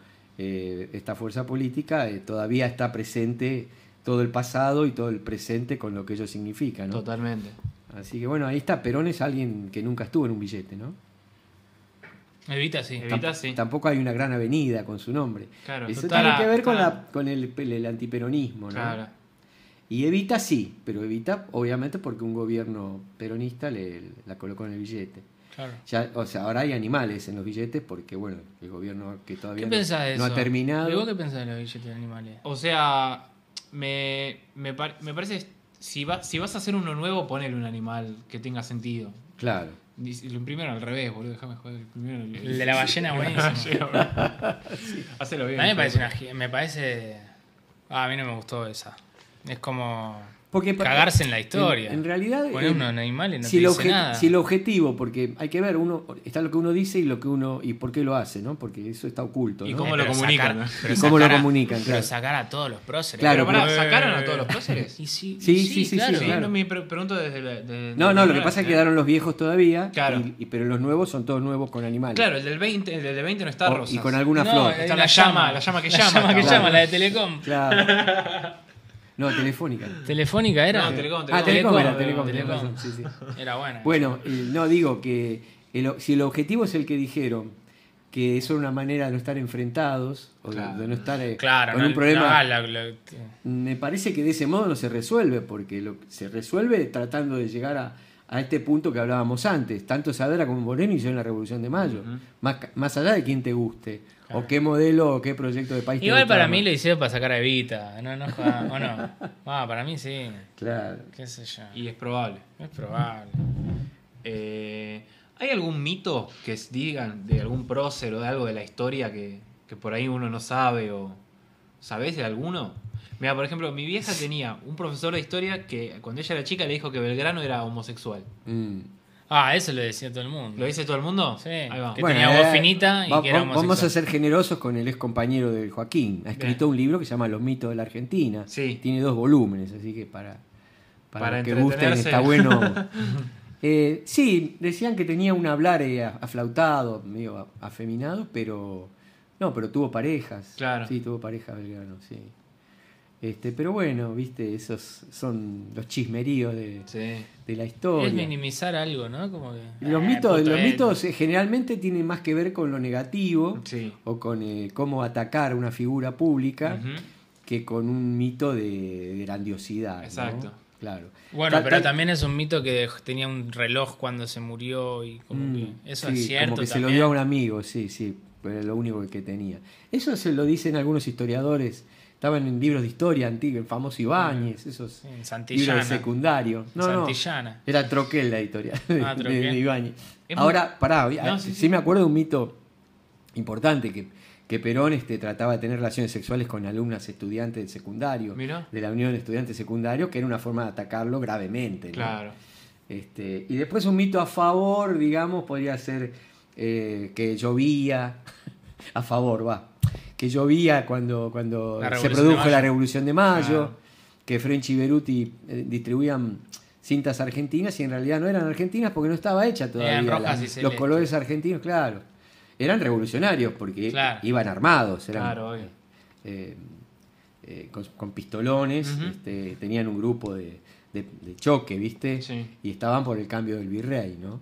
S10: eh, esta fuerza política eh, todavía está presente todo el pasado y todo el presente con lo que ello significa, ¿no?
S8: Totalmente.
S10: Así que bueno, ahí está, Perón es alguien que nunca estuvo en un billete, ¿no?
S9: Evita, sí.
S8: Evita. Ahorita Ah, sí.
S10: Tampoco hay una gran avenida con su nombre.
S8: Claro,
S10: Eso
S8: total,
S10: tiene que ver con,
S8: total.
S10: la, con el, el antiperonismo, ¿no?
S8: Claro.
S10: Y Evita sí, pero Evita obviamente porque un gobierno peronista le, la colocó en el billete.
S9: Claro.
S10: Ya, o sea, ahora hay animales en los billetes porque, bueno, el gobierno que
S9: ¿Qué
S10: todavía no,
S9: pensás de
S10: no
S9: eso?
S10: ha
S9: ¿Y vos
S10: terminado.
S9: qué pensás de los billetes de animales?
S8: O sea, me, me, par- me parece. Si, va- si vas a hacer uno nuevo, ponele un animal que tenga sentido.
S10: Claro.
S8: Dice- Lo primero al revés, boludo. Déjame joder. El primero. el-
S9: El de la ballena, buenísimo.
S8: Hacelo bien.
S9: A mí me parece
S8: Fede.
S9: una gi- me parece ah, a mí no me gustó esa. Es como
S10: Porque pa-
S9: cagarse en la historia.
S10: En, en realidad,
S9: poner
S10: eh,
S9: uno en animales no
S10: si,
S9: te
S10: el
S9: dice
S10: obje-
S9: nada.
S10: si el objetivo, porque hay que ver, uno está lo que uno dice y lo que uno y por qué lo hace, ¿no? Porque eso está oculto.
S8: Y
S10: ¿no?
S8: cómo
S9: Eh,
S8: lo
S9: pero
S8: comunican,
S9: sacar-
S8: ¿no?
S9: pero
S10: Y cómo lo
S9: sacar a-
S10: comunican,
S9: Pero
S10: claro.
S9: sacar a todos los próceres.
S10: Claro,
S8: Pero pará,
S10: pero-
S8: ¿sacaron a todos los próceres?
S9: Y sí,
S10: Sí,
S9: y
S10: sí, sí,
S9: claro.
S10: sí,
S8: Sí,
S10: claro.
S8: no me pre- pregunto desde la. de-
S10: No,
S8: de-
S10: no, lo
S8: de-
S10: que pasa es que quedaron los viejos todavía,
S8: Claro.
S10: y- y- pero los nuevos son todos nuevos con animales.
S8: Claro, el del 20, el del 20 no está
S10: O-
S8: Rosas.
S10: y con alguna
S9: No,
S10: flor.
S9: hay
S8: Está
S9: una
S8: la llama, la llama que llama,
S9: La llama que
S8: cabrón.
S9: llama, la de Telecom.
S10: Claro. No, telefónica.
S9: Telefónica era.
S8: No, Telecom,
S10: Ah, Telecom era,
S9: Telecom,
S10: Telecom, tenés
S9: Telecom.
S10: razón, sí, sí.
S9: Era buena.
S10: Bueno, eh, no digo que el o- si el objetivo es el que dijeron, que eso era una manera de no estar enfrentados o de-
S8: Claro.
S10: de no estar eh,
S9: claro,
S10: con
S9: no-
S10: un problema. Este
S9: no, la- la-
S10: Me parece que de ese modo no se resuelve, porque lo, se resuelve tratando de llegar a, a este punto que hablábamos antes. Tanto Saavedra como Moreno hicieron la Revolución de Mayo. más, ca- más allá de quién te guste, o qué modelo o qué proyecto de país te
S9: Igual
S10: gustaba
S9: para
S10: más.
S9: mí lo hicieron para sacar a Evita. No, no, joda- o no. Ah, para mí sí.
S10: Claro.
S9: Qué sé yo.
S8: Y es probable.
S9: Es probable.
S8: Eh, ¿Hay algún mito que s- digan de algún prócer o de algo de la historia que, que por ahí uno no sabe o sabés de alguno? Mira, por ejemplo, mi vieja tenía un profesor de historia que cuando ella era chica le dijo que Belgrano era homosexual.
S10: Mm.
S9: Ah, eso lo decía todo el mundo.
S8: ¿Lo dice todo el mundo?
S9: Sí.
S8: Ahí va.
S9: Que tenía voz finita y
S10: va-
S9: que era
S10: va- Vamos a
S9: homosexual.
S10: ser generosos con el ex compañero de Joaquín. Ha escrito un libro que se llama Los mitos de la Argentina.
S8: Sí.
S10: Tiene dos volúmenes, así que para, para,
S8: Para
S10: los que gusten
S8: entretenerse.
S10: está bueno. Eh, sí, decían que tenía un hablar eh, a- aflautado, medio a- afeminado, pero no, pero tuvo parejas.
S8: Claro.
S10: Sí, tuvo pareja Belgrano, sí. Este, pero bueno, viste, esos son los chismeríos de,
S8: Sí.
S10: de la historia.
S9: Es minimizar algo, ¿no? Como que.
S10: Los
S9: Eh,
S10: mitos,
S9: puto
S10: los
S9: él.
S10: mitos eh, generalmente tienen más que ver con lo negativo
S8: Sí.
S10: o con eh, cómo atacar una figura pública
S8: Ujú.
S10: que con un mito de grandiosidad. ¿no?
S8: Exacto.
S10: Claro.
S9: Bueno,
S10: Tal-
S9: pero
S10: tal-
S9: también es un mito que dej- tenía un reloj cuando se murió y como
S10: Mm,
S9: que. Eso
S10: sí,
S9: es cierto.
S10: Como que se lo
S9: también.
S10: dio a un amigo, sí, sí, pero es lo único que tenía. Eso se lo dicen algunos historiadores. Estaban en libros de historia antigua, el famoso Ibáñez, esos
S9: Sí, en
S10: libros
S9: Santillana.
S10: de secundario. No, no,
S9: Santillana.
S10: Era Troquel la editorial de,
S9: Ah, Troquel.
S10: de Ibáñez.
S8: Es muy-
S10: Ahora, pará, ah,
S8: No, sí,
S10: sí,
S8: sí.
S10: me acuerdo de un mito importante que, que Perón este, trataba de tener relaciones sexuales con alumnas estudiantes del secundario,
S8: Mirá.
S10: de la Unión de Estudiantes Secundarios, que era una forma de atacarlo gravemente. ¿no?
S8: Claro.
S10: Este, y después un mito a favor, digamos, podría ser eh, que llovía, a favor, va, que llovía cuando, cuando
S9: La
S10: se
S9: Revolución de
S10: produjo
S9: Mayo.
S10: la Revolución de Mayo,
S9: Claro.
S10: que French y Beruti eh, distribuían cintas argentinas y en realidad no eran argentinas porque no estaba hecha todavía.
S9: Eran rojas y
S10: los
S9: celestes.
S10: colores argentinos, claro. Eran revolucionarios porque
S9: Claro.
S10: iban armados, eran
S8: Claro, obvio.
S10: eh, eh, con, con pistolones,
S8: Ujú.
S10: este, tenían un grupo de, de- de choque, ¿viste?
S8: Sí.
S10: Y estaban por el cambio del virrey, ¿no?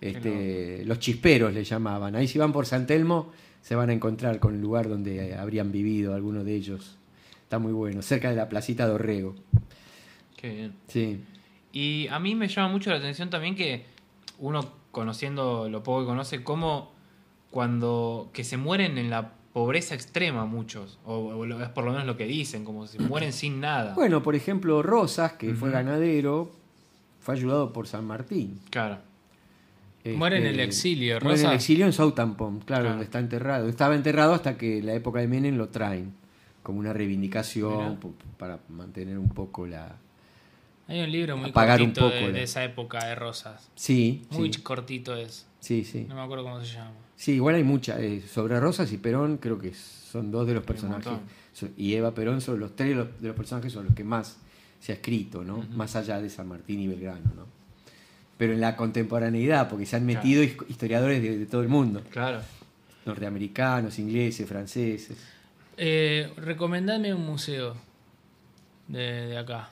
S10: Este, los chisperos le llamaban. Ahí si van por San Telmo se van a encontrar con el lugar donde habrían vivido algunos de ellos. Está muy bueno, cerca de la placita de Orrego.
S8: Qué bien.
S10: Sí.
S8: Y a mí me llama mucho la atención también que uno conociendo lo poco que conoce, cómo cuando que se mueren en la pobreza extrema muchos, o, o lo- es por lo menos lo que dicen, como se mueren sin nada.
S10: Bueno, por ejemplo, Rosas, que fue ganadero, fue ayudado por San Martín.
S8: Claro.
S9: Muere en el exilio,
S10: Este, Muere en
S9: Rosa. Ah.
S10: el exilio en Southampton, claro,
S8: Claro.
S10: donde está enterrado. Estaba enterrado hasta que la época de Menem lo traen, como una reivindicación
S8: Mirá.
S10: po- para mantener un poco la...
S9: Hay un libro muy
S10: Apagar un
S9: cortito
S10: poco
S9: de,
S10: la-
S9: de esa época de Rosas.
S10: Sí,
S9: Muy
S10: sí,
S9: cortito es.
S10: sí, sí.
S9: No me acuerdo cómo se llama.
S10: Sí, igual hay muchas. eh, sobre Rosas y Perón creo que son dos de los personajes.
S8: montón.
S10: So- Y Eva Perón son los tres de los, de los personajes son los que más se ha escrito, ¿no? Más allá de San Martín y Belgrano, ¿no? Pero en la contemporaneidad, porque se han
S8: Claro.
S10: metido his- historiadores de, de todo el mundo.
S8: Claro.
S10: Norteamericanos, ingleses, franceses.
S9: Eh, recomendame un museo de, de acá.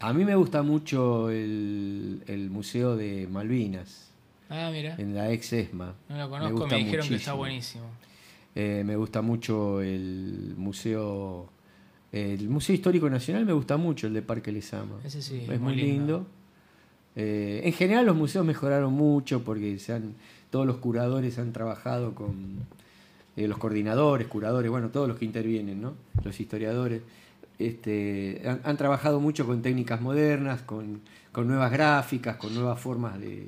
S10: A mí me gusta mucho el, el Museo de Malvinas,
S9: Ah, mira.
S10: en la ex ESMA.
S9: No lo conozco, me,
S10: gusta
S9: dijeron que está
S10: muchísimo.
S9: buenísimo.
S10: Eh, me gusta mucho el museo. El Museo Histórico Nacional me gusta mucho, el de Parque Lezama.
S9: Ese sí,
S10: es muy lindo. Eh, en general los museos mejoraron mucho porque se han, todos los curadores han trabajado con eh, los coordinadores, curadores, bueno, todos los que intervienen, ¿no? Los historiadores. Este, han, han trabajado mucho con técnicas modernas, con, con nuevas gráficas, con nuevas formas de,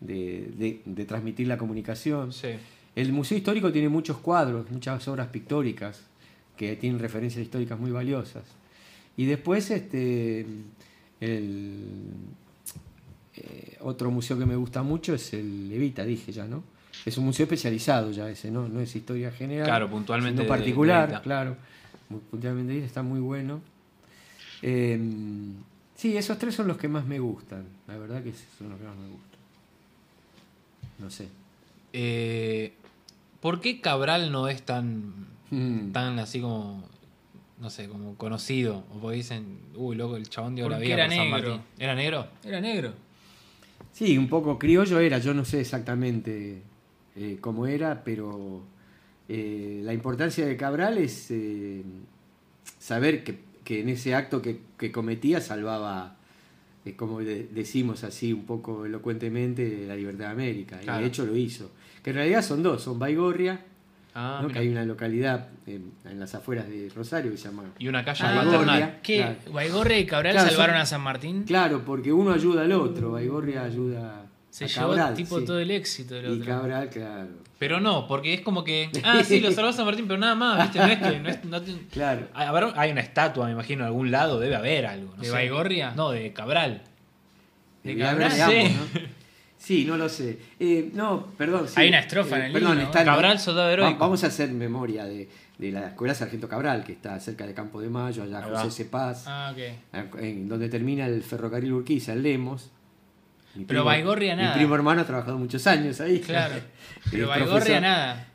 S10: de- de- de transmitir la comunicación.
S8: Sí.
S10: El Museo Histórico tiene muchos cuadros, muchas obras pictóricas que tienen referencias históricas muy valiosas. Y después, este, el, eh, otro museo que me gusta mucho es el Evita, dije ya, ¿no? Es un museo especializado ya ese, ¿no? No es historia general.
S8: Claro, puntualmente
S10: sino
S8: de- de
S10: particular,
S8: Evita.
S10: claro. Muy puntualmente de Evita, está muy bueno. Eh, sí, esos tres son los que más me gustan. La verdad que son los que más me gustan. No sé.
S8: Eh, ¿Por qué Cabral no es tan,
S10: Hmm.
S8: tan así como, no sé, como conocido? O porque dicen, uy, loco, el chabón dio la
S9: Porque
S8: vida
S9: era
S8: por San
S9: negro.
S8: Martín. ¿Era negro?
S9: Era negro.
S10: Sí, un poco criollo era, yo no sé exactamente eh, cómo era, pero eh, la importancia de Cabral es eh, saber que, que en ese acto que, que cometía salvaba, eh, como de- decimos así un poco elocuentemente, la libertad de América. Y
S8: Claro.
S10: de hecho lo hizo. Que en realidad son dos, son Baigorria,
S8: Ah,
S10: ¿no? que
S8: mira.
S10: hay una localidad en, en las afueras de Rosario que se llama...
S8: Y una calle
S10: Ah,
S8: maternal.
S10: Baigorria.
S9: ¿Qué?
S10: Claro.
S9: ¿Baigorre y Cabral
S10: Claro,
S9: salvaron
S10: son-
S9: a San Martín?
S10: Claro, porque uno ayuda al otro, Baigorria ayuda
S9: Se
S10: a
S9: llevó
S10: Cabral.
S9: tipo
S10: sí.
S9: todo el éxito del
S10: Y
S9: otro.
S10: Cabral, claro.
S8: Pero no, porque es como que, ah, sí, lo salvó San Martín, pero nada más, ¿viste? No es que, no es- no te-
S10: Claro.
S8: Hay- habrá- Hay una estatua, me imagino, en algún lado, debe haber algo. no
S9: ¿De
S8: sé.
S9: Baigorria?
S8: No, de Cabral.
S9: De
S10: Y habla
S9: Cabral,
S10: de ambos, ¿no? Sí, no lo sé. Eh, no, perdón. sí.
S9: Hay una estrofa en el
S10: perdón,
S9: libro, ¿no?
S10: está en-
S8: Cabral, soldado heroico.
S10: Va- Vamos a hacer memoria de, de la escuela Sargento Cabral, que está cerca de Campo de Mayo, allá
S8: Ahí va.
S10: José Cepaz,
S9: Ah, ok.
S10: en donde termina el ferrocarril Urquiza, en Lemos. Mi
S9: Pero Baigorria nada.
S10: Mi primo hermano ha trabajado muchos años ahí.
S9: Claro. Pero
S10: Es
S9: Baigorria
S10: profesor.
S9: nada.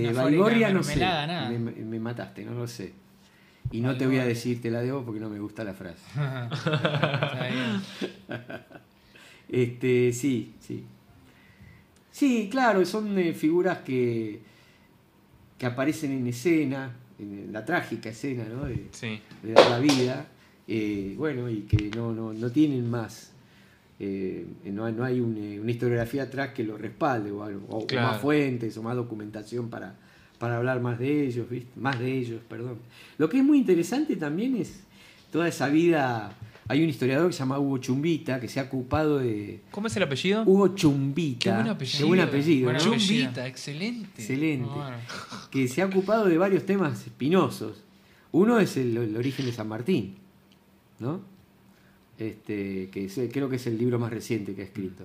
S9: Una fábrica
S10: Baigorria
S9: de
S10: no sé.
S9: mermelada, nada.
S10: Me, me mataste, no lo sé. Y no te voy
S9: Baigorria.
S10: a decir, te la debo porque no me gusta la frase.
S9: Está bien.
S10: Este, sí, sí. Sí, claro, son eh, figuras que, que aparecen en escena, en la trágica escena ¿no? de,
S8: Sí.
S10: de dar la vida, eh, bueno, y que no, no, no tienen más, eh, no, hay- no hay un, eh, una historiografía atrás que lo respalde, o, algo, o- o
S8: Claro.
S10: más fuentes, o más documentación para, para hablar más de ellos, ¿viste? más de ellos, perdón. Lo que es muy interesante también es toda esa vida, hay un historiador que se llama Hugo Chumbita, que se ha ocupado de...
S8: ¿Cómo es el apellido?
S10: Hugo Chumbita.
S8: Qué buen apellido. Ah.
S10: Qué buen apellido,
S9: Buen
S10: ¿no?
S9: apellido.
S8: Chumbita, excelente.
S10: Excelente
S9: Bueno,
S10: que se ha ocupado de varios temas espinosos. Uno es el, el origen de San Martín, ¿no? Este, que es- creo que es el libro más reciente que ha escrito,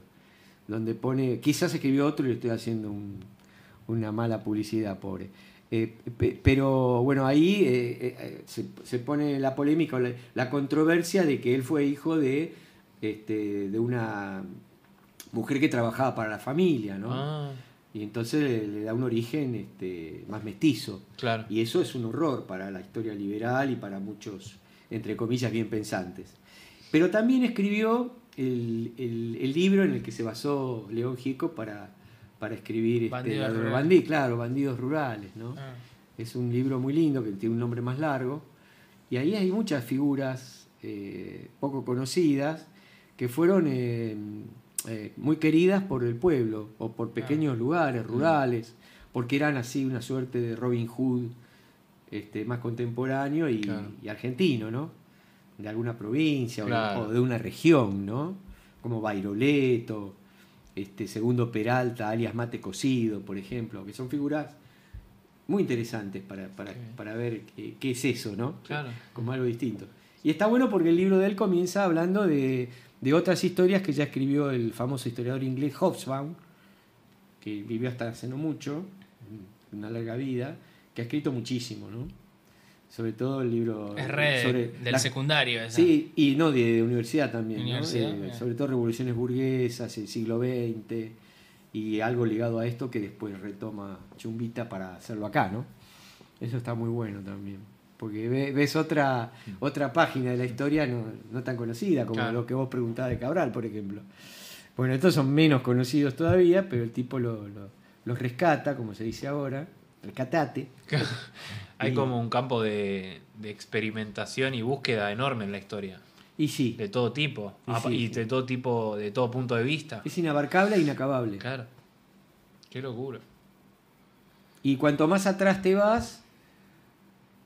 S10: donde pone, quizás escribió otro y le estoy haciendo un- una mala publicidad, pobre. Eh, pe- pero bueno, ahí eh, eh, eh, se, se pone la polémica, o la, la controversia de que él fue hijo de, este, de una mujer que trabajaba para la familia, ¿no?
S8: Ah,
S10: Y entonces le, le da un origen este, más mestizo.
S8: claro.
S10: Y eso es un horror para la historia liberal y para muchos, entre comillas, bien pensantes. Pero también escribió el, el- el libro en el que se basó León Gico para, para escribir este,
S9: Bandidos
S10: Ladrón-
S9: rurales.
S10: Bandí- claro, Bandidos Rurales. ¿no?
S9: ah.
S10: Es un libro muy lindo que tiene un nombre más largo. Y ahí hay muchas figuras eh, poco conocidas que fueron eh, eh, muy queridas por el pueblo o por pequeños lugares
S9: Mm.
S10: rurales, porque eran así una suerte de Robin Hood este, más contemporáneo y,
S8: Claro.
S10: y argentino, ¿no? De alguna provincia o de-
S8: Claro.
S10: o de una región, ¿no? como Bairoleto, este, Segundo Peralta, alias Mate Cocido, por ejemplo, que son figuras muy interesantes para, para,
S8: Sí.
S10: para ver qué, qué es eso, ¿no?
S8: Claro.
S10: Como algo distinto. Y está bueno porque el libro de él comienza hablando de, de otras historias que ya escribió el famoso historiador inglés Hobsbawm, que vivió hasta hace no mucho, una larga vida, que ha escrito muchísimo, ¿no? Sobre todo el libro
S9: Es red
S10: sobre
S9: del
S10: la-
S9: secundario. esa.
S10: Sí, y no, de, de universidad también, ¿no?
S9: Universidad,
S10: Eh,
S9: bien.
S10: sobre todo revoluciones burguesas, el siglo XX, y algo ligado a esto que después retoma Chumbita para hacerlo acá, ¿no? Eso está muy bueno también, porque ve- ves otra, otra página de la historia no, no tan conocida, como
S9: Mm. Claro.
S10: lo que vos preguntabas de Cabral, por ejemplo. Bueno, estos son menos conocidos todavía, pero el tipo lo- lo- los rescata, como se dice ahora, rescatate.
S8: Hay
S10: Y-
S8: como un campo de, de experimentación y búsqueda enorme en la historia.
S10: Y sí,
S9: Eh.
S8: De todo tipo.
S10: Y
S8: Apa-
S10: sí,
S8: Y
S10: sí.
S8: de todo tipo, de todo punto de vista.
S10: es inabarcable e inacabable.
S8: Claro. Qué locura.
S10: Y cuanto más atrás te vas,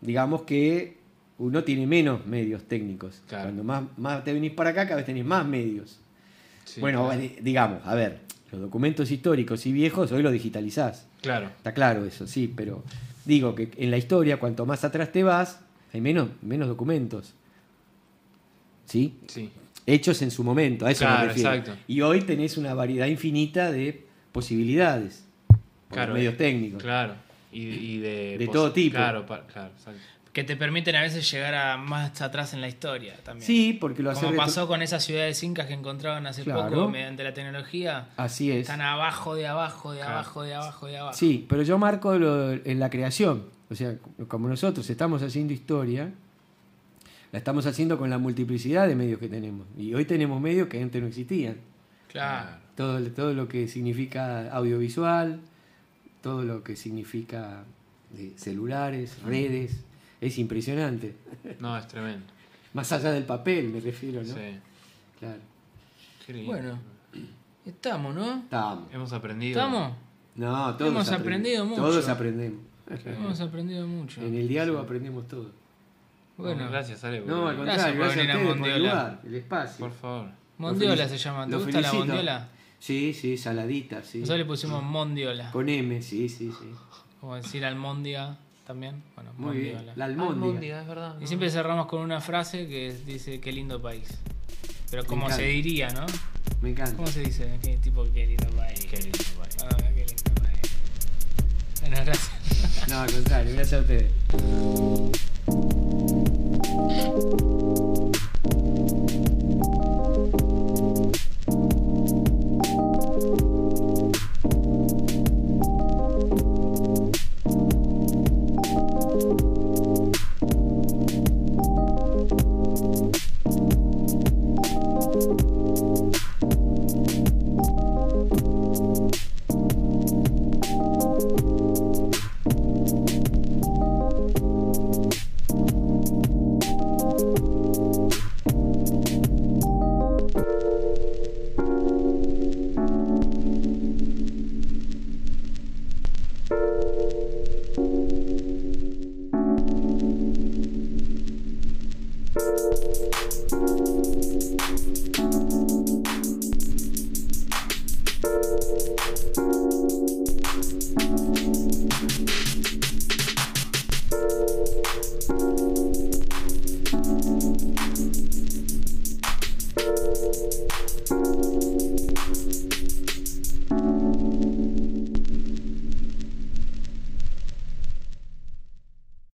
S10: digamos que uno tiene menos medios técnicos.
S8: Claro.
S10: Cuando más, más te venís para acá, cada vez tenés más medios.
S8: Sí,
S10: bueno,
S8: claro.
S10: vale, digamos, a ver, los documentos históricos y viejos hoy los digitalizás.
S8: Claro.
S10: Está claro eso, sí, pero digo que en la historia, cuanto más atrás te vas, hay menos, menos documentos. ¿Sí?
S8: Sí.
S10: hechos en su momento, a eso me
S8: Claro,
S10: refiero.
S8: exacto.
S10: Y hoy tenés una variedad infinita de posibilidades por
S8: Claro,
S10: los medios
S8: eh,
S10: técnicos.
S8: Claro. Y, y de.
S10: De
S8: pos-
S10: todo tipo.
S8: Claro, pa- claro, exacto.
S9: Que te permiten a veces llegar a más atrás en la historia también.
S10: Sí, porque lo hace
S9: Como
S10: retro-
S9: pasó con esas ciudades incas que encontraron hace
S10: Claro.
S9: poco mediante la tecnología.
S10: Así es.
S9: Están abajo de abajo, de
S8: Claro.
S9: abajo, de abajo, de abajo.
S10: Sí, pero yo marco lo- en la creación. O sea, como nosotros estamos haciendo historia, la estamos haciendo con la multiplicidad de medios que tenemos. Y hoy tenemos medios que antes no existían. Ah.
S9: Claro.
S10: Todo, todo lo que significa audiovisual, todo lo que significa eh,
S9: Mm.
S10: celulares, redes, es impresionante.
S8: No, es tremendo.
S10: Más allá del papel, me refiero, ¿no?
S8: Sí.
S10: Claro.
S8: Qué lindo.
S9: Bueno, estamos, ¿no?
S10: Estamos.
S8: Hemos aprendido.
S9: ¿Estamos?
S10: eh, No, todos
S9: Hemos
S10: aprendemos.
S9: aprendido mucho.
S10: Todos aprendemos.
S9: Hemos aprendido mucho.
S10: En el diálogo aprendemos todo.
S9: Bueno,
S8: Bueno, gracias, Ale. por-
S10: No, al
S9: Gracias
S10: contrario,
S9: por
S10: gracias,
S9: venir a
S10: a ustedes por el
S9: Mondiola.
S10: lugar, el espacio.
S8: Por favor.
S9: Mondiola
S10: Lo
S9: se
S10: felici-
S9: llama. ¿Te
S10: lo
S9: gusta la
S10: felicito.
S9: mondiola?
S10: Sí, sí, saladita, sí.
S9: Nosotros le pusimos mondiola.
S10: Con M, sí, sí, sí.
S9: Como decir almondia también. Bueno,
S10: Muy
S9: mondiola.
S10: bien. La almóndiga.
S8: es verdad.
S9: Y siempre cerramos con una frase que es- dice qué lindo país. Pero como
S10: encanta.
S9: se diría, ¿no?
S10: Me encanta.
S9: ¿Cómo se dice? ¿Qué tipo qué lindo país?
S8: Qué lindo país.
S9: Ah, qué lindo país. Bueno, gracias.
S10: No, al contrario, gracias a ustedes.